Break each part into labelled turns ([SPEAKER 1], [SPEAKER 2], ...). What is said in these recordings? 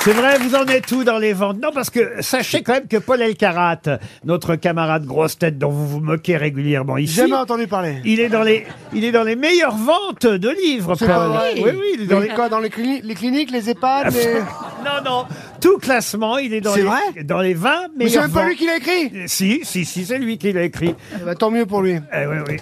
[SPEAKER 1] C'est vrai, vous en êtes tout dans les ventes. Non, parce que sachez quand même que Paul Elkarat, notre camarade grosse tête dont vous vous moquez régulièrement ici,
[SPEAKER 2] Jamais entendu parler.
[SPEAKER 1] il est dans les, il est dans les meilleures ventes de livres.
[SPEAKER 2] C'est
[SPEAKER 1] Paul.
[SPEAKER 2] pas vrai.
[SPEAKER 1] Oui, oui, il est dans les-
[SPEAKER 2] quoi, dans les, clini- les cliniques, les EHPAD, les...
[SPEAKER 1] Non, non, tout classement, il est dans
[SPEAKER 2] C'est
[SPEAKER 1] les,
[SPEAKER 2] vrai
[SPEAKER 1] dans les 20
[SPEAKER 2] Mais c'est
[SPEAKER 1] meilleures
[SPEAKER 2] même pas lui
[SPEAKER 1] ventes.
[SPEAKER 2] qui l'a écrit
[SPEAKER 1] Si, si, si, c'est lui qui l'a écrit.
[SPEAKER 2] Eh ben, Tant mieux pour lui.
[SPEAKER 1] Eh oui, oui.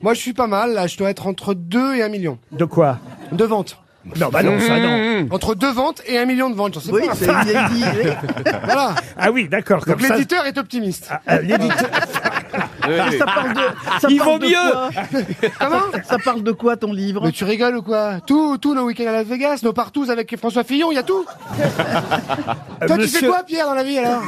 [SPEAKER 2] Moi, je suis pas mal, là, je dois être entre 2 et 1 million
[SPEAKER 1] De quoi
[SPEAKER 2] de ventes.
[SPEAKER 1] Non, bah non, ça non.
[SPEAKER 2] Entre 2 ventes et 1 million de ventes, j'en sais pas. Voilà.
[SPEAKER 1] Ah oui, d'accord, comme
[SPEAKER 2] Donc
[SPEAKER 1] ça.
[SPEAKER 2] l'éditeur est optimiste.
[SPEAKER 1] euh, l'éditeur-
[SPEAKER 3] Ah, Ça
[SPEAKER 1] Il
[SPEAKER 3] parle
[SPEAKER 1] vaut
[SPEAKER 3] de
[SPEAKER 1] mieux.
[SPEAKER 2] Comment
[SPEAKER 3] quoi Ça parle de quoi ton livre
[SPEAKER 2] Mais tu rigoles ou quoi Tout, tout, nos week-ends à Las Vegas, nos partous avec François Fillon, il y a tout. Ah, Toi, tu fais
[SPEAKER 1] Monsieur-
[SPEAKER 2] quoi, Pierre, dans la vie, alors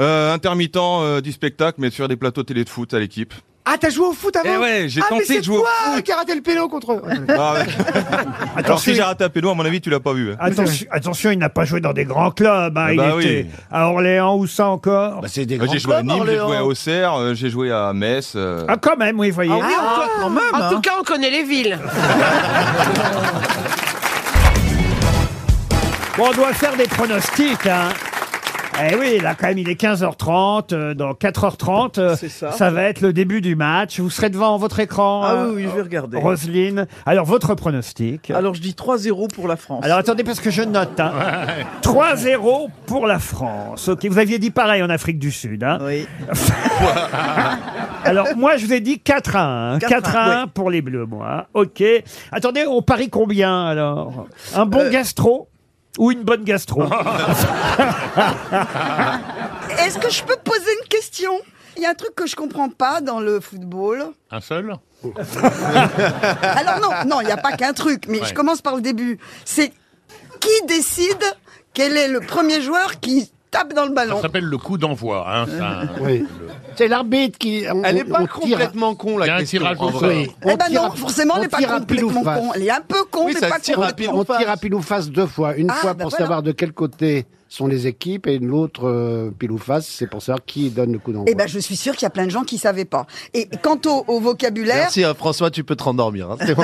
[SPEAKER 4] Euh, intermittent euh, du spectacle, mais sur des plateaux télé de foot à l'équipe.
[SPEAKER 2] Ah, t'as joué au foot avant
[SPEAKER 4] Eh ouais, j'ai
[SPEAKER 2] Ah,
[SPEAKER 4] tenté
[SPEAKER 2] mais c'est
[SPEAKER 4] de jouer au
[SPEAKER 2] toi qui a raté le pélo contre eux.
[SPEAKER 4] Ah, ouais. Alors si
[SPEAKER 1] c'est- Ah,
[SPEAKER 4] j'ai raté un pédo, à mon avis, tu l'as pas vu. hein.
[SPEAKER 1] Attention, attention, il n'a pas joué dans des grands clubs. hein.
[SPEAKER 4] Ah
[SPEAKER 1] il
[SPEAKER 4] bah
[SPEAKER 1] était
[SPEAKER 4] oui.
[SPEAKER 1] à Orléans, où ça encore
[SPEAKER 5] c'est des
[SPEAKER 4] Euh, j'ai joué à Nîmes, j'ai joué à Auxerre, euh, j'ai joué à Metz. euh.
[SPEAKER 1] Ah, quand même, oui, voyez.
[SPEAKER 3] Quand même,
[SPEAKER 6] En
[SPEAKER 3] hein.
[SPEAKER 6] tout cas, on connaît les villes.
[SPEAKER 1] Bon, on doit faire des pronostics, hein. Eh oui, là, quand même, il est 15h30, euh, dans 4h30, euh,
[SPEAKER 3] C'est ça.
[SPEAKER 1] va être le début du match. Vous serez devant votre écran,
[SPEAKER 3] Ah
[SPEAKER 1] euh,
[SPEAKER 3] oui, oui, je vais regarder.
[SPEAKER 1] Roselyne. Alors, votre pronostic Alors,
[SPEAKER 3] Alors je dis 3-0 pour la France.
[SPEAKER 1] attendez, parce que je note. hein. 3-0 pour la France. Ok, vous aviez dit pareil en Afrique du Sud. Hein.
[SPEAKER 3] oui.
[SPEAKER 1] Alors, moi, je vous ai dit 4 à 1. 4,
[SPEAKER 3] 4
[SPEAKER 1] à 1
[SPEAKER 3] ouais.
[SPEAKER 1] pour les Bleus, moi. Ok. Attendez, on parie combien, alors Un bon gastro ou une bonne gastro
[SPEAKER 7] Est-ce que je peux poser une question Il y a un truc que je comprends pas dans le football.
[SPEAKER 8] Un seul
[SPEAKER 7] Alors non, non, il n'y a pas qu'un truc, mais je commence par le début. C'est qui décide quel est le premier joueur qui tape dans le
[SPEAKER 8] Ça
[SPEAKER 7] ballon
[SPEAKER 8] s'appelle le coup d'envoi. Hein, ça.
[SPEAKER 9] Euh,
[SPEAKER 2] C'est l'arbitre qui...
[SPEAKER 9] Elle n'est pas complètement con,
[SPEAKER 8] Il y a
[SPEAKER 9] la
[SPEAKER 8] un
[SPEAKER 9] question.
[SPEAKER 8] tirage au
[SPEAKER 9] en
[SPEAKER 8] sort.
[SPEAKER 9] vrai.
[SPEAKER 7] Eh ben non, forcément, on n'est pas complètement con. Elle est un peu con,
[SPEAKER 9] Oui,
[SPEAKER 7] mais
[SPEAKER 9] ça
[SPEAKER 7] pas
[SPEAKER 9] tire
[SPEAKER 7] complètement.
[SPEAKER 9] rapide.
[SPEAKER 10] On tire à pile ou face deux fois. Une
[SPEAKER 7] Ah,
[SPEAKER 10] fois
[SPEAKER 7] bah
[SPEAKER 10] pour
[SPEAKER 7] voilà.
[SPEAKER 10] savoir de quel côté sont les équipes et l'autre euh, pile ou face, c'est pour savoir qui donne le coup d'envoi.
[SPEAKER 7] Eh ben, je suis sûre qu'il y a plein de gens qui savaient pas. Et quant au, au vocabulaire,
[SPEAKER 9] Merci, hein, François, tu peux te rendormir. hein, c'est bon.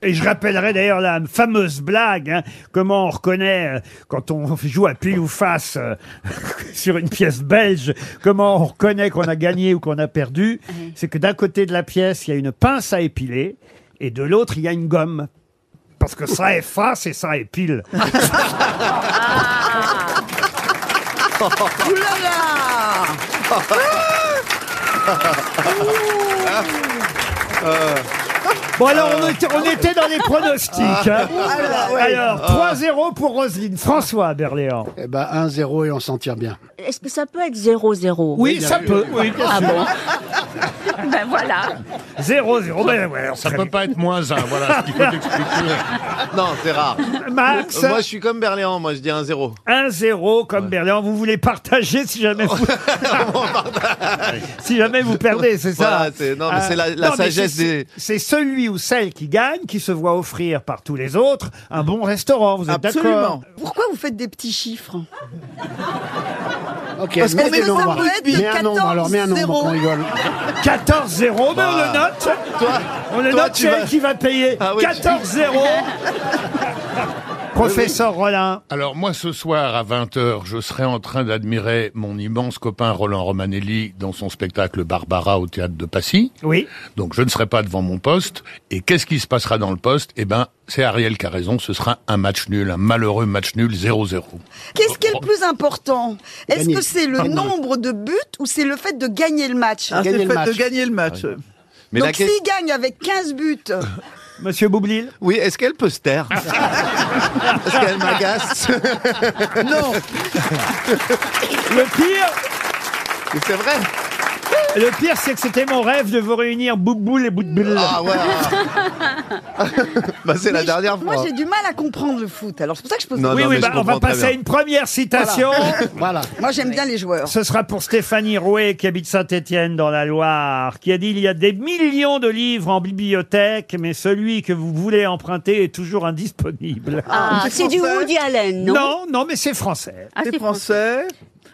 [SPEAKER 1] Et je rappellerai d'ailleurs la fameuse blague, hein, comment on reconnaît euh, quand on joue à pile ou face euh, sur une pièce belge, comment on reconnaît qu'on a gagné ou qu'on a perdu, c'est que d'un côté de la pièce, il y a une pince à épiler et de l'autre, il y a une gomme. Parce que ça est face et ça épile.
[SPEAKER 11] Ah.
[SPEAKER 7] oulala
[SPEAKER 1] Bon alors on était, on était dans les pronostics. hein.
[SPEAKER 7] Ah, ouais.
[SPEAKER 1] Alors 3-0 pour Roselyne. François Berléand.
[SPEAKER 10] Eh ben 1-0 et on s'en tire bien.
[SPEAKER 12] Est-ce que ça peut être 0-0
[SPEAKER 1] Oui, ça peut. Oui, bien
[SPEAKER 7] Ah.
[SPEAKER 11] Ah
[SPEAKER 1] sûr.
[SPEAKER 12] Ben voilà.
[SPEAKER 1] 0-0. Ben ouais, alors,
[SPEAKER 8] Ça
[SPEAKER 1] très
[SPEAKER 8] peut
[SPEAKER 1] bien.
[SPEAKER 8] pas être moins un, voilà ce qu'il faut t'expliquer.
[SPEAKER 9] non, c'est rare. Euh,
[SPEAKER 1] Max.
[SPEAKER 9] Moi, je suis comme Berléand, moi, je dis un zéro.
[SPEAKER 1] 1-0 comme Berléand. Vous voulez partager si jamais vous... si jamais vous perdez, c'est ça Euh,
[SPEAKER 9] Voilà, c'est- non, mais c'est la- la
[SPEAKER 1] mais
[SPEAKER 9] sagesse
[SPEAKER 1] c'est-
[SPEAKER 9] des-
[SPEAKER 1] C'est celui ou celle qui gagne qui se voit offrir par tous les autres un bon restaurant. Vous êtes d'accord
[SPEAKER 3] Absolument.
[SPEAKER 7] Pourquoi vous faites des petits chiffres
[SPEAKER 10] Ok,
[SPEAKER 7] Parce
[SPEAKER 10] mets
[SPEAKER 7] que
[SPEAKER 10] des
[SPEAKER 7] ça peut
[SPEAKER 10] nombres.
[SPEAKER 7] être de
[SPEAKER 10] Mets un nombre alors, mets un nombre
[SPEAKER 7] 14-0.
[SPEAKER 10] qu'on rigole.
[SPEAKER 1] 14-0, mais on le note. on le
[SPEAKER 9] toi,
[SPEAKER 1] note,
[SPEAKER 9] tu
[SPEAKER 1] c'est elle
[SPEAKER 9] vas-
[SPEAKER 1] qui va payer.
[SPEAKER 9] Ah oui, tu-
[SPEAKER 1] 14-0. Professeur Rollin.
[SPEAKER 8] Alors moi, ce soir, à 20h, je serai en train d'admirer mon immense copain Roland Romanelli dans son spectacle Barbara au Théâtre de Passy.
[SPEAKER 1] Oui.
[SPEAKER 8] Donc je ne serai pas devant mon poste. Et qu'est-ce qui se passera dans le poste Eh ben, c'est Ariel qui a raison, ce sera un match nul, un malheureux match nul 0-0.
[SPEAKER 7] Qu'est-ce qui est le plus important Est-ce
[SPEAKER 10] Gagner.
[SPEAKER 7] que c'est le nombre de buts ou c'est le fait de gagner le match
[SPEAKER 3] Ah, c'est
[SPEAKER 10] Gagner
[SPEAKER 3] le
[SPEAKER 10] le
[SPEAKER 3] fait
[SPEAKER 10] match.
[SPEAKER 3] de gagner le match.
[SPEAKER 9] Ah Mais la
[SPEAKER 7] Donc
[SPEAKER 9] que-
[SPEAKER 7] s'il gagne avec 15 buts,
[SPEAKER 1] Monsieur Boublil.
[SPEAKER 9] Oui, est-ce qu'elle peut se taire Parce qu'elle m'agace.
[SPEAKER 3] Non,
[SPEAKER 1] Le pire,
[SPEAKER 9] Mais c'est vrai
[SPEAKER 1] le pire, c'est que c'était mon rêve de vous réunir Bouboule et Boutboul.
[SPEAKER 9] Ah ouais. bah, c'est la
[SPEAKER 7] Mais je-
[SPEAKER 9] dernière fois.
[SPEAKER 7] moi j'ai du mal à comprendre le foot. Alors c'est pour ça que je pose.
[SPEAKER 9] Non,
[SPEAKER 1] oui,
[SPEAKER 9] non,
[SPEAKER 1] oui,
[SPEAKER 9] mais
[SPEAKER 1] bah,
[SPEAKER 9] je
[SPEAKER 1] on va
[SPEAKER 9] comprends très
[SPEAKER 1] passer à
[SPEAKER 9] bien.
[SPEAKER 1] une première citation.
[SPEAKER 10] Voilà.
[SPEAKER 7] Moi j'aime bien les joueurs.
[SPEAKER 1] Ce sera pour Stéphanie Rouet, qui habite Saint-Étienne dans la Loire, qui a dit il y a des millions de livres en bibliothèque, mais celui que vous voulez emprunter est toujours indisponible.
[SPEAKER 12] Ah,
[SPEAKER 7] c'est
[SPEAKER 12] c'est du
[SPEAKER 7] français.
[SPEAKER 12] Woody Allen, non
[SPEAKER 1] non, mais c'est français.
[SPEAKER 12] Ah,
[SPEAKER 3] t'es
[SPEAKER 12] c'est français.
[SPEAKER 3] français.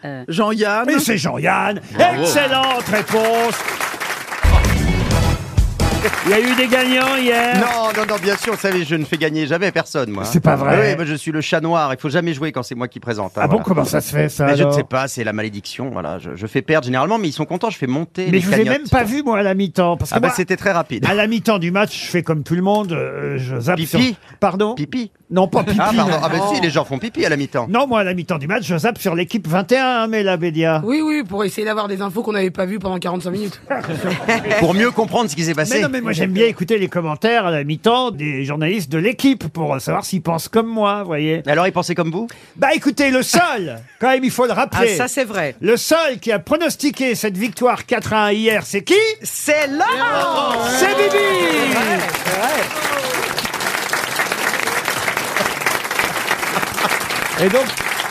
[SPEAKER 12] Euh.
[SPEAKER 3] Jean-Yann.
[SPEAKER 1] Mais c'est Jean-Yann. Excellente réponse. Il y a eu des gagnants hier
[SPEAKER 9] Non, Oh, non, non, bien sûr, vous savez, je ne fais gagner jamais personne, moi.
[SPEAKER 1] C'est pas vrai.
[SPEAKER 9] Oui, moi, je suis le chat noir. Il faut jamais jouer quand c'est moi qui présente. hein,
[SPEAKER 1] Ah bon,
[SPEAKER 9] voilà.
[SPEAKER 1] comment ça se fait, ça,
[SPEAKER 9] Mais Je ne
[SPEAKER 1] alors
[SPEAKER 7] Ah.
[SPEAKER 9] sais pas, c'est la malédiction. Voilà, je, je fais perdre généralement, mais ils sont contents. Je fais monter.
[SPEAKER 1] Mais
[SPEAKER 9] les
[SPEAKER 1] je vous ai
[SPEAKER 9] cagnottes.
[SPEAKER 1] même pas vu, moi, à la mi-temps. Parce que
[SPEAKER 9] Ah bah
[SPEAKER 1] moi,
[SPEAKER 9] c'était très rapide.
[SPEAKER 1] à la mi-temps du match, je fais comme tout le monde. euh, je zappe sur-
[SPEAKER 9] Pipi
[SPEAKER 1] Pardon
[SPEAKER 9] Pipi.
[SPEAKER 1] Non, pas pipi.
[SPEAKER 9] Ah pardon. Ah
[SPEAKER 7] Oh.
[SPEAKER 9] bah si, les gens font pipi à la mi-temps.
[SPEAKER 1] Non, moi, à la mi-temps du match, je zappe sur l'équipe 21, hein, mais la Bédia.
[SPEAKER 5] Oui, oui, pour essayer d'avoir des infos qu'on n'avait pas vues pendant 45 minutes.
[SPEAKER 9] Pour mieux comprendre ce qui s'est passé.
[SPEAKER 1] Mais non, mais moi j'aime bien écouter les commentaires à la mi-temps des journalistes de l'équipe pour savoir s'ils pensent comme moi, vous voyez.
[SPEAKER 9] Alors ils pensaient comme vous
[SPEAKER 1] Bah écoutez, le seul, quand même il faut le rappeler,
[SPEAKER 3] Ah,
[SPEAKER 9] Ah,
[SPEAKER 3] c'est vrai.
[SPEAKER 1] le seul qui a pronostiqué cette victoire 4-1 hier, c'est qui
[SPEAKER 3] C'est Laurent
[SPEAKER 1] C'est Bibi Et donc,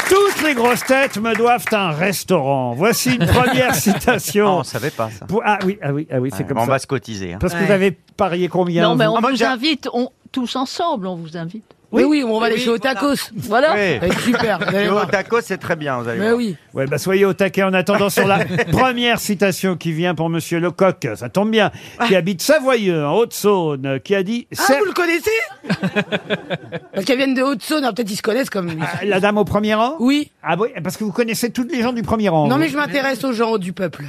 [SPEAKER 1] toutes les grosses têtes me doivent un restaurant. Voici une première
[SPEAKER 9] Ah,
[SPEAKER 1] citation.
[SPEAKER 9] on savait pas ça.
[SPEAKER 1] Pour- Ah oui, ah oui, ah oui, c'est
[SPEAKER 9] Ouais,
[SPEAKER 1] comme
[SPEAKER 9] on
[SPEAKER 1] ça.
[SPEAKER 9] va se cotiser. hein.
[SPEAKER 1] Parce que
[SPEAKER 3] Ouais.
[SPEAKER 1] vous avez parié combien
[SPEAKER 12] Non, mais
[SPEAKER 1] vous
[SPEAKER 12] on
[SPEAKER 9] Ah, moi,
[SPEAKER 12] vous
[SPEAKER 9] j'ai-
[SPEAKER 12] invite, on, tous ensemble, on vous invite.
[SPEAKER 5] Oui, oui, on va aller chez Otakos.
[SPEAKER 12] Voilà.
[SPEAKER 9] Oui.
[SPEAKER 5] Ça va être super, vous allez
[SPEAKER 9] Et Au
[SPEAKER 5] voir.
[SPEAKER 9] taco, c'est très bien, vous allez
[SPEAKER 5] Mais
[SPEAKER 9] voir.
[SPEAKER 5] oui.
[SPEAKER 1] Ouais, bah soyez au taquet en attendant sur la première citation qui vient pour Monsieur Lecoq, ça tombe bien, qui habite Savoyeux, en Haute-Saône, qui a dit
[SPEAKER 5] Ah,
[SPEAKER 1] Certes-
[SPEAKER 5] vous le connaissez Parce qu'elles viennent de Haute-Saône, alors peut-être ils se connaissent comme.
[SPEAKER 1] Ah, La dame au premier rang
[SPEAKER 5] Oui.
[SPEAKER 1] Ah oui, parce que vous connaissez toutes les gens du premier rang.
[SPEAKER 9] Oh.
[SPEAKER 5] Non,
[SPEAKER 1] vous.
[SPEAKER 5] mais je m'intéresse aux gens du peuple.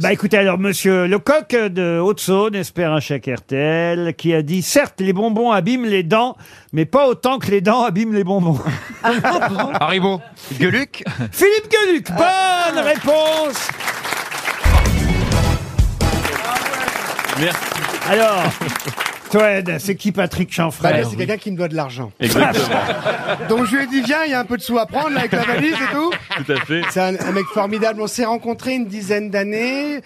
[SPEAKER 1] Bah écoutez, alors Monsieur Lecoq de Haute-Saône, espère un chèque RTL, qui a dit « Certes, les bonbons abîment les dents, mais pas autant que les dents abîment les bonbons.
[SPEAKER 11] Ah,
[SPEAKER 4] Haribo. »
[SPEAKER 9] Gueuluc,
[SPEAKER 1] Philippe Gueluc,
[SPEAKER 11] Ah.
[SPEAKER 1] bonne réponse
[SPEAKER 4] Merci.
[SPEAKER 1] Alors, Toed, c'est qui Patrick
[SPEAKER 2] Bah, là,
[SPEAKER 1] Chanfray Ah,
[SPEAKER 2] c'est quelqu'un qui me doit de l'argent.
[SPEAKER 4] Exactement.
[SPEAKER 2] Donc je lui ai dit, viens, il y a un peu de sous à prendre là, avec la valise et tout.
[SPEAKER 4] Tout à fait.
[SPEAKER 2] C'est un, un mec formidable. On s'est rencontrés une dizaine d'années.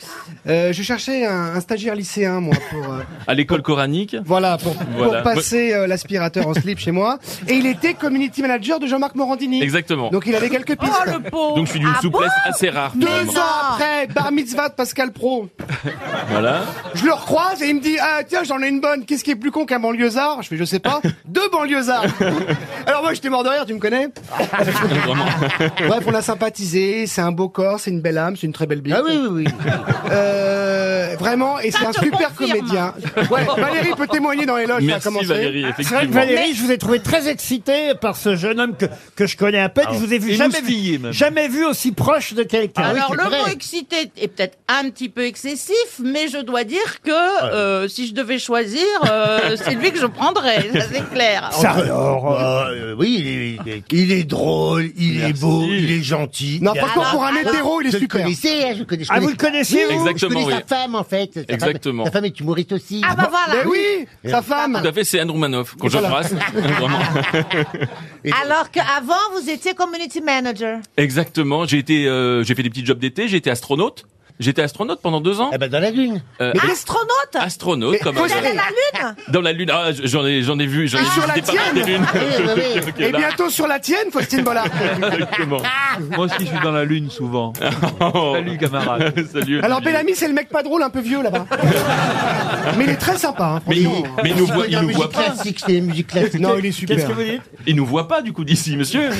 [SPEAKER 2] Euh, je cherchais un, un stagiaire lycéen, moi, pour, euh,
[SPEAKER 6] À l'école coranique
[SPEAKER 2] voilà, pour,
[SPEAKER 6] Voilà.
[SPEAKER 2] pour passer euh, l'aspirateur en slip chez moi. Et il était community manager de Jean-Marc Morandini.
[SPEAKER 6] Exactement.
[SPEAKER 2] Donc il avait quelques pistes.
[SPEAKER 12] pauvre
[SPEAKER 6] Donc je suis d'une
[SPEAKER 12] Ah
[SPEAKER 6] souplesse
[SPEAKER 12] bon
[SPEAKER 6] assez rare.
[SPEAKER 2] Deux
[SPEAKER 6] finalement.
[SPEAKER 2] ans après, bar mitzvah de Pascal Pro.
[SPEAKER 6] Voilà.
[SPEAKER 2] Je le recroise et il me dit Ah, tiens, j'en ai une bonne. Qu'est-ce qui est plus con qu'un banlieusard Je fais Je sais pas. Deux banlieusards. Alors moi, j'étais mort de rire, tu me connais
[SPEAKER 6] Vraiment.
[SPEAKER 2] Bref, on a sympathisé. C'est un beau corps, c'est une belle âme, c'est une très belle bite.
[SPEAKER 3] Ah oui, oui.
[SPEAKER 2] Euh, vraiment, et c'est un
[SPEAKER 12] te
[SPEAKER 2] super
[SPEAKER 12] confirme.
[SPEAKER 2] comédien. Ouais, Valérie peut témoigner dans les loges, ça a
[SPEAKER 6] Merci
[SPEAKER 2] commencé.
[SPEAKER 1] C'est
[SPEAKER 6] Valérie,
[SPEAKER 1] vrai que
[SPEAKER 6] effectivement.
[SPEAKER 1] Valérie, je vous ai trouvé très excité par ce jeune homme que, que je connais à peine. je vous ai vu
[SPEAKER 4] Et
[SPEAKER 1] jamais,
[SPEAKER 4] moustillé,
[SPEAKER 1] vu,
[SPEAKER 4] Ah, même.
[SPEAKER 1] jamais vu aussi proche de quelqu'un.
[SPEAKER 11] Alors le mot excité est peut-être un petit peu excessif, mais je dois dire que euh, si je devais choisir, euh, c'est lui que je prendrais, ça c'est clair.
[SPEAKER 1] Oh, Ça alors.
[SPEAKER 8] Ah,
[SPEAKER 1] euh,
[SPEAKER 8] oui, il est- il est, il est drôle, il est beau, il est gentil.
[SPEAKER 2] Non, franchement, pour un
[SPEAKER 11] Alors,
[SPEAKER 2] hétéro, il est
[SPEAKER 3] Ah, Je le
[SPEAKER 2] super.
[SPEAKER 3] connaissais, hein, je connais. je
[SPEAKER 1] Ah, vous le
[SPEAKER 3] connais-
[SPEAKER 1] connaissiez, vous
[SPEAKER 6] Exactement,
[SPEAKER 3] Je connais
[SPEAKER 6] oui.
[SPEAKER 3] sa femme, en fait. Sa femme-
[SPEAKER 6] Exactement.
[SPEAKER 3] Sa femme est humoriste aussi.
[SPEAKER 11] Ah bah
[SPEAKER 2] Mais
[SPEAKER 11] voilà.
[SPEAKER 2] Eh oui, sa femme.
[SPEAKER 6] Tout à fait, c'est Andrew Manoff qu'on j'embrasse. Vraiment.
[SPEAKER 11] Alors qu'avant vous étiez community manager.
[SPEAKER 6] Exactement. J'ai été, euh, j'ai fait des petits jobs d'été. J'ai été astronaute. J'étais astronaute pendant deux ans.
[SPEAKER 3] Eh ben, dans la lune.
[SPEAKER 6] Euh,
[SPEAKER 11] Astronaute.
[SPEAKER 6] astronaute, comme
[SPEAKER 11] Vous allez à la lune. Ah,
[SPEAKER 6] dans la lune. Ah, j'en ai, j'en ai vu, j'en ai
[SPEAKER 2] Et sur
[SPEAKER 6] visité
[SPEAKER 2] la
[SPEAKER 6] pas mal des
[SPEAKER 2] tienne.
[SPEAKER 6] lunes.
[SPEAKER 3] oui, oui, oui.
[SPEAKER 6] Ok,
[SPEAKER 2] Et
[SPEAKER 6] là,
[SPEAKER 2] bientôt sur la tienne, Faustine Bollard.
[SPEAKER 6] exactement.
[SPEAKER 9] Moi aussi, je suis dans la lune souvent.
[SPEAKER 6] Salut camarade. Salut.
[SPEAKER 2] Alors Bellamy, c'est le mec pas drôle, un peu vieux là-bas. Mais il est très sympa, hein,
[SPEAKER 6] Mais il nous,
[SPEAKER 2] franchement.
[SPEAKER 6] mais il nous voit, il nous voit
[SPEAKER 3] musique
[SPEAKER 7] bah.
[SPEAKER 6] pas.
[SPEAKER 3] classique, c'était la musique classique.
[SPEAKER 2] Non, il est
[SPEAKER 1] Qu'est-ce
[SPEAKER 2] super.
[SPEAKER 1] que vous dites
[SPEAKER 6] Il nous voit pas du coup d'ici, monsieur.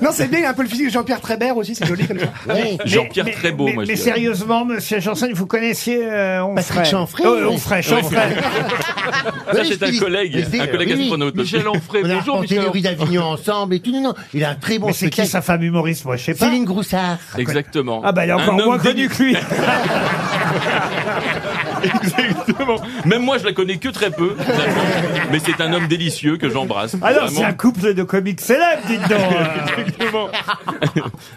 [SPEAKER 2] Non, c'est bien, il a un peu le physique de Jean-Pierre Trébert aussi, c'est joli comme ça.
[SPEAKER 3] Ouais.
[SPEAKER 6] Jean-Pierre
[SPEAKER 1] Mais-
[SPEAKER 6] Trébeau,
[SPEAKER 1] mais-
[SPEAKER 6] moi. je
[SPEAKER 1] Mais
[SPEAKER 6] dirais.
[SPEAKER 1] sérieusement, monsieur Janssen, vous connaissiez euh, Onfray
[SPEAKER 3] Patrick Chanfray,
[SPEAKER 1] Oh,
[SPEAKER 9] Euh,
[SPEAKER 3] oui.
[SPEAKER 1] Onfray, Chanfray.
[SPEAKER 6] Ça,
[SPEAKER 3] Oui,
[SPEAKER 6] c'est
[SPEAKER 3] je
[SPEAKER 6] un
[SPEAKER 3] dis-
[SPEAKER 6] collègue,
[SPEAKER 3] Oui,
[SPEAKER 6] un collègue
[SPEAKER 3] oui, oui.
[SPEAKER 6] astronaute. Michel Onfray,
[SPEAKER 3] On a arpenté les rues d'Avignon ensemble et tout. Non, non, il a un très bon
[SPEAKER 1] Mais c'est qui
[SPEAKER 3] spectacle.
[SPEAKER 1] sa femme humoriste Moi, je sais pas.
[SPEAKER 3] Céline Groussard.
[SPEAKER 6] Exactement.
[SPEAKER 1] Ah, bah, elle est
[SPEAKER 6] Un
[SPEAKER 1] encore
[SPEAKER 6] homme
[SPEAKER 1] moins connue que lui.
[SPEAKER 6] Exactement. Même moi, je la connais que très peu. finalement. Mais c'est un homme délicieux que j'embrasse.
[SPEAKER 1] Alors,
[SPEAKER 6] Vraiment.
[SPEAKER 1] Ah c'est un couple de comiques célèbres, dites donc. euh.
[SPEAKER 6] Exactement.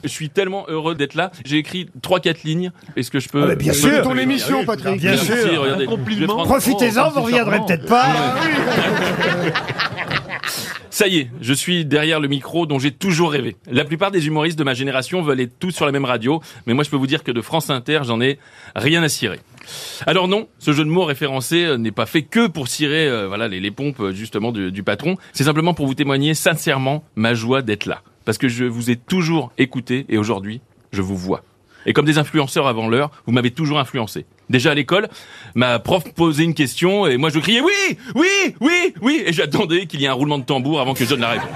[SPEAKER 6] je suis tellement heureux d'être là. J'ai écrit trois, quatre lignes. Est-ce que je peux
[SPEAKER 1] Ah, mais bien
[SPEAKER 6] je
[SPEAKER 1] sûr.
[SPEAKER 6] peux
[SPEAKER 1] C'est
[SPEAKER 6] le
[SPEAKER 2] ton
[SPEAKER 6] lire
[SPEAKER 2] émission, Patrick.
[SPEAKER 1] Bien
[SPEAKER 6] Merci,
[SPEAKER 1] sûr.
[SPEAKER 6] regardez. Je vais prendre-
[SPEAKER 1] Profitez-en, vous reviendrez peut-être pas. hein.
[SPEAKER 6] Ça y est, je suis derrière le micro dont j'ai toujours rêvé. La plupart des humoristes de ma génération veulent être tous sur la même radio, mais moi je peux vous dire que de France Inter, j'en ai rien à cirer. Alors non, ce jeu de mots référencé euh, n'est pas fait que pour cirer euh, voilà les, les pompes euh, justement du, du patron. C'est simplement pour vous témoigner sincèrement ma joie d'être là, parce que je vous ai toujours écouté et aujourd'hui je vous vois. Et comme des influenceurs avant l'heure, vous m'avez toujours influencé. Déjà à l'école, ma prof posait une question et moi je criais oui, oui, oui, oui, et j'attendais qu'il y ait un roulement de tambour avant que je donne la réponse.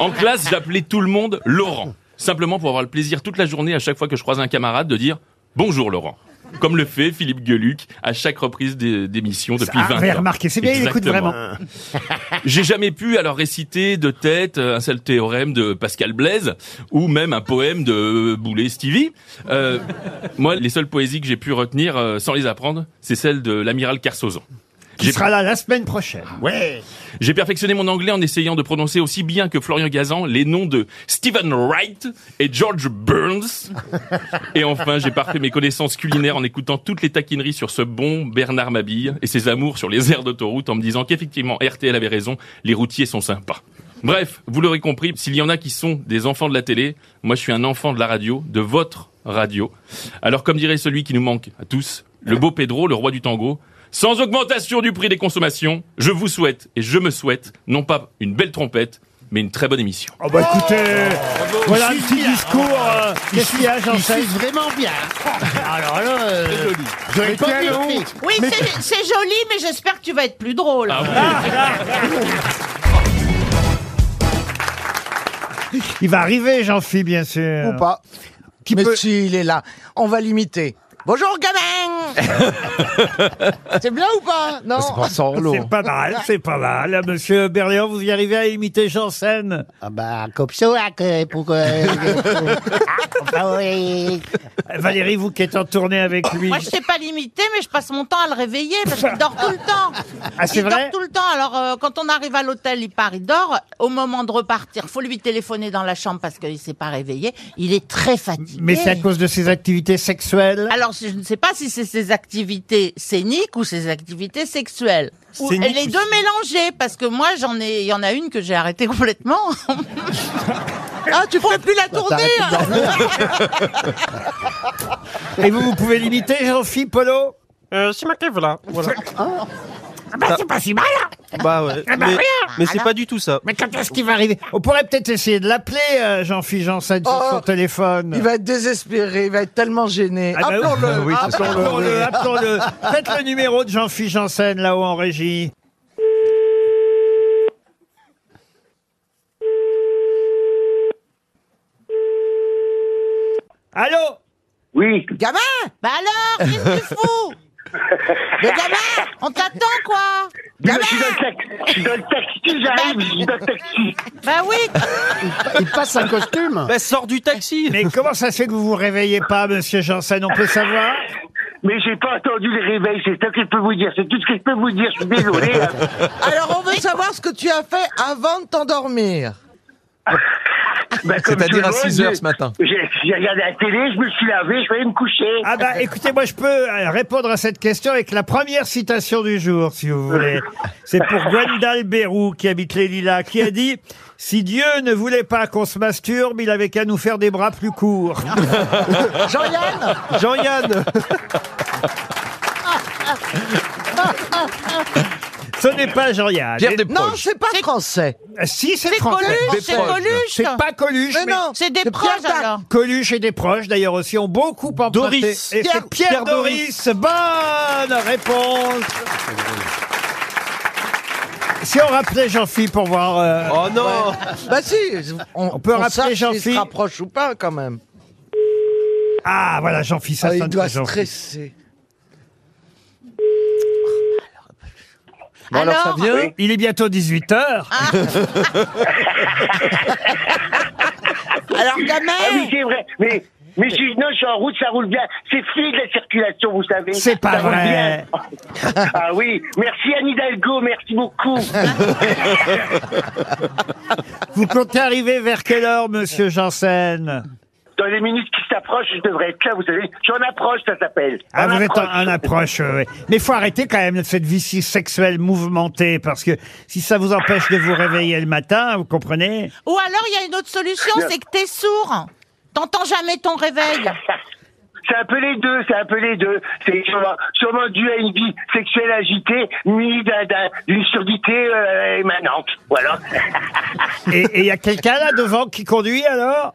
[SPEAKER 6] En classe, j'appelais tout le monde Laurent, simplement pour avoir le plaisir toute la journée à chaque fois que je croise un camarade de dire Bonjour Laurent. Comme le fait Philippe Gueluc à chaque reprise des- d'émission depuis
[SPEAKER 1] Ah,
[SPEAKER 6] 20 ans.
[SPEAKER 1] vous avez remarqué, c'est bien, il écoute
[SPEAKER 6] Exactement.
[SPEAKER 1] vraiment.
[SPEAKER 6] J'ai jamais pu alors réciter de tête euh, un seul théorème de Pascal Blaise ou même un poème de euh, Boulet Stevie. Euh, moi, les seules poésies que j'ai pu retenir euh, sans les apprendre, c'est celle de l'amiral Carsozon.
[SPEAKER 1] Qui sera là la semaine prochaine.
[SPEAKER 6] Ouais. J'ai perfectionné mon anglais en essayant de prononcer aussi bien que Florian Gazan les noms de Stephen Wright et George Burns. Et enfin, j'ai parfait mes connaissances culinaires en écoutant toutes les taquineries sur ce bon Bernard Mabille et ses amours sur les aires d'autoroute en me disant qu'effectivement RTL avait raison, les routiers sont sympas. Bref, vous l'aurez compris, s'il y en a qui sont des enfants de la télé, moi je suis un enfant de la radio, de votre radio. Alors comme dirait celui qui nous manque à tous, le beau Pedro, le roi du tango, sans augmentation du prix des consommations, je vous souhaite et je me souhaite non pas une belle trompette, mais une très bonne émission.
[SPEAKER 1] Oh bah écoutez, voilà un
[SPEAKER 3] Il suce
[SPEAKER 1] petit
[SPEAKER 3] bien.
[SPEAKER 1] discours. euh,
[SPEAKER 3] Il
[SPEAKER 1] Qu'est-ce qu'il y a,
[SPEAKER 3] suce-
[SPEAKER 1] jean
[SPEAKER 3] il suce vraiment bien. Alors là, euh, j'aurais pas pu le faire.
[SPEAKER 11] Oui, c'est- c'est joli, mais j'espère que tu vas être plus drôle.
[SPEAKER 1] Il va arriver, Jean-Philippe, bien sûr.
[SPEAKER 13] Ou pas. Mais s'il est là, on va l'imiter. Bonjour gamin C'est bien ou pas Non
[SPEAKER 1] C'est pas mal, c'est pas mal. Monsieur Berléand, vous y arrivez à imiter Janssen Ah bah, comme ça, pour... Valérie, vous qui êtes en tournée avec lui.
[SPEAKER 11] Moi, je sais pas l'imiter, mais je passe mon temps à le réveiller parce qu'il dort tout le temps.
[SPEAKER 1] Ah, c'est
[SPEAKER 11] il
[SPEAKER 1] vrai
[SPEAKER 11] dort tout le temps. Alors, euh, quand on arrive à l'hôtel, il part, il dort. Au moment de repartir, faut lui téléphoner dans la chambre parce qu'il s'est pas réveillé. Il est très fatigué.
[SPEAKER 1] Mais c'est à cause de ses activités sexuelles
[SPEAKER 11] Alors, je ne sais pas si c'est ses activités scéniques ou ses activités sexuelles. Ou
[SPEAKER 1] Scéniques
[SPEAKER 11] les
[SPEAKER 1] ou
[SPEAKER 11] deux mélangés, parce que moi, j'en ai, il y en a une que j'ai arrêtée complètement. ah, tu pourrais plus la tourner. hein.
[SPEAKER 1] Et vous, vous pouvez l'imiter, Jean-Philippe Polo
[SPEAKER 14] Euh, c'est marqué, voilà. voilà.
[SPEAKER 1] Ah bah, c'est pas si mal, hein
[SPEAKER 14] Bah ouais.
[SPEAKER 1] Ah bah
[SPEAKER 14] mais
[SPEAKER 1] rien
[SPEAKER 14] mais c'est
[SPEAKER 1] Alors
[SPEAKER 14] pas du tout ça.
[SPEAKER 1] Mais quand est-ce qu'il va arriver On pourrait peut-être essayer de l'appeler, euh, Jean-Philippe Janssen, sur
[SPEAKER 13] Oh.
[SPEAKER 1] son téléphone.
[SPEAKER 13] Il va être désespéré, il va être tellement gêné.
[SPEAKER 1] Ah bah oui.
[SPEAKER 13] Appelons-le,
[SPEAKER 1] Oui, c'est ça.
[SPEAKER 13] appelons-le.
[SPEAKER 1] Appelons-le, appelons-le. Faites le numéro de Jean-Philippe Janssen, là-haut en régie. Allô
[SPEAKER 15] Oui.
[SPEAKER 11] Gamin Bah alors, qu'est-ce que tu fous Mais gamin, on t'attend quoi Gamin
[SPEAKER 15] Je suis dans le taxi, j'arrive, je suis dans le taxi.
[SPEAKER 11] Bah oui
[SPEAKER 1] Il passe un costume
[SPEAKER 14] Ben, sort du taxi
[SPEAKER 1] Mais comment ça se fait que vous vous réveillez pas, monsieur Janssen On peut savoir
[SPEAKER 15] Mais j'ai pas entendu le réveil, c'est ça que je peux vous dire, c'est tout ce que je peux vous dire, je suis désolé. hein.
[SPEAKER 13] Alors, on veut savoir ce que tu as fait avant de t'endormir.
[SPEAKER 15] Bah, Ben, comme
[SPEAKER 14] C'est-à-dire à
[SPEAKER 15] tout le monde,
[SPEAKER 14] 6 heures
[SPEAKER 15] j'ai-
[SPEAKER 14] ce matin.
[SPEAKER 15] J'ai j'ai regardé la télé, je me suis lavé, je vais me coucher.
[SPEAKER 1] Ah bah écoutez, moi je peux euh, répondre à cette question avec la première citation du jour, si vous voulez. C'est pour Gwendal Bérou, qui habite les Lilas, qui a dit « Si Dieu ne voulait pas qu'on se masturbe, il avait qu'à nous faire des bras plus courts. »
[SPEAKER 13] Jean-Yann
[SPEAKER 1] Jean-Yann Ce n'est pas Jean-Yann. Euh,
[SPEAKER 13] Pierre Desproges. Non, c'est pas français.
[SPEAKER 1] Si, c'est
[SPEAKER 13] C'est
[SPEAKER 1] français.
[SPEAKER 13] Coluche, c'est Desproges. Coluche.
[SPEAKER 1] C'est pas Coluche.
[SPEAKER 13] Mais non, c'est Desproges,
[SPEAKER 1] Pierre Dac.
[SPEAKER 13] alors.
[SPEAKER 1] Coluche et des proches, d'ailleurs, aussi, ont beaucoup emprunté.
[SPEAKER 14] Doris.
[SPEAKER 1] Et
[SPEAKER 14] Pierre-
[SPEAKER 1] c'est Pierre,
[SPEAKER 14] Pierre
[SPEAKER 1] Doris.
[SPEAKER 14] Doris.
[SPEAKER 1] Bonne réponse. Si on rappelait Jean-Philippe pour voir... euh,
[SPEAKER 14] Oh non
[SPEAKER 13] Bah si, on,
[SPEAKER 1] On peut
[SPEAKER 13] on
[SPEAKER 1] rappeler
[SPEAKER 13] sache s'il
[SPEAKER 1] Jean-Phi.
[SPEAKER 13] se rapproche ou pas, quand même.
[SPEAKER 1] Ah, voilà, Jean-Philippe, ça
[SPEAKER 13] Ah,
[SPEAKER 1] sonne
[SPEAKER 13] il doit
[SPEAKER 1] chez Jean-Phi.
[SPEAKER 13] stresser.
[SPEAKER 1] Bon, alors, ça
[SPEAKER 11] Alors
[SPEAKER 1] vient. Ah, Il est bientôt 18h.
[SPEAKER 13] Ah,
[SPEAKER 11] Alors gamin
[SPEAKER 15] Ah oui, c'est vrai, mais... Mais je suis, non, je suis en route, ça roule bien. C'est fluide la circulation, vous savez.
[SPEAKER 1] C'est pas
[SPEAKER 15] Ça roule
[SPEAKER 1] vrai.
[SPEAKER 15] bien. Ah oui, merci Anne Hidalgo, merci beaucoup.
[SPEAKER 1] Vous comptez arriver vers quelle heure, monsieur Janssen
[SPEAKER 15] Dans les minutes qui s'approchent, je devrais être là, vous savez. Je suis en approche, ça s'appelle.
[SPEAKER 1] Ah,
[SPEAKER 15] En
[SPEAKER 1] vous êtes en,
[SPEAKER 15] approche.
[SPEAKER 1] en approche, euh, ouais. Mais faut arrêter quand même cette vie si sexuelle mouvementée, parce que si ça vous empêche de vous réveiller le matin, vous comprenez
[SPEAKER 11] Ou alors, il y a une autre solution, c'est que t'es sourd. T'entends jamais ton réveil.
[SPEAKER 15] C'est un peu les deux, c'est un peu les deux. C'est sûrement, sûrement dû à une vie sexuelle agitée, munie d'un- d'un- d'une surdité euh, émanante. Voilà.
[SPEAKER 1] Et et il y a quelqu'un là devant qui conduit alors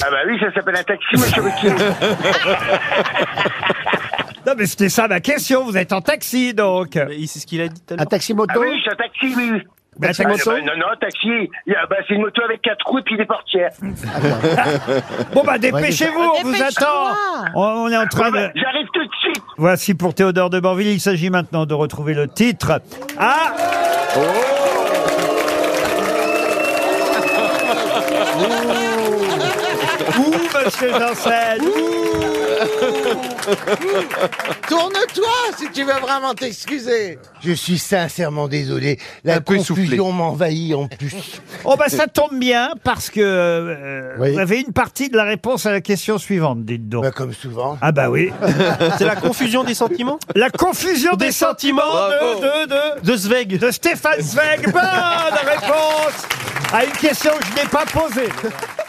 [SPEAKER 15] Ah bah oui, ça s'appelle un taxi, monsieur Ruquier.
[SPEAKER 1] Non mais c'était ça ma question, vous êtes en taxi donc
[SPEAKER 14] Ah, Mais il- c'est ce qu'il a dit tout à
[SPEAKER 10] Un
[SPEAKER 14] l'heure.
[SPEAKER 10] taxi moto
[SPEAKER 15] Ah oui, je suis Ah un taxi, oui.
[SPEAKER 1] Bah,
[SPEAKER 6] Ah, bah, non, non, taxi. Il y a- bah, c'est une moto avec quatre roues et puis des portières.
[SPEAKER 1] Bon bah dépêchez-vous, on vous
[SPEAKER 6] Dépêche-toi.
[SPEAKER 1] attend. On on est en train de.
[SPEAKER 6] J'arrive tout de suite.
[SPEAKER 1] Voici pour Théodore de Banville. Il s'agit maintenant de retrouver le titre. Ah
[SPEAKER 6] Oh.
[SPEAKER 1] Ouh, monsieur Janssen
[SPEAKER 11] Tourne-toi si tu veux vraiment t'excuser. Je suis sincèrement désolé. La confusion m'envahit en plus.
[SPEAKER 1] Oh bah ça tombe bien parce que euh, vous avez une partie de la réponse à la question suivante, dites donc.
[SPEAKER 11] comme souvent.
[SPEAKER 1] Ah bah oui.
[SPEAKER 16] C'est la confusion des sentiments
[SPEAKER 1] La confusion des, sentiments
[SPEAKER 16] Bravo.
[SPEAKER 1] de, de, de, Zweig. De Stéphane Zweig. Bonne réponse à une question que je n'ai pas posée.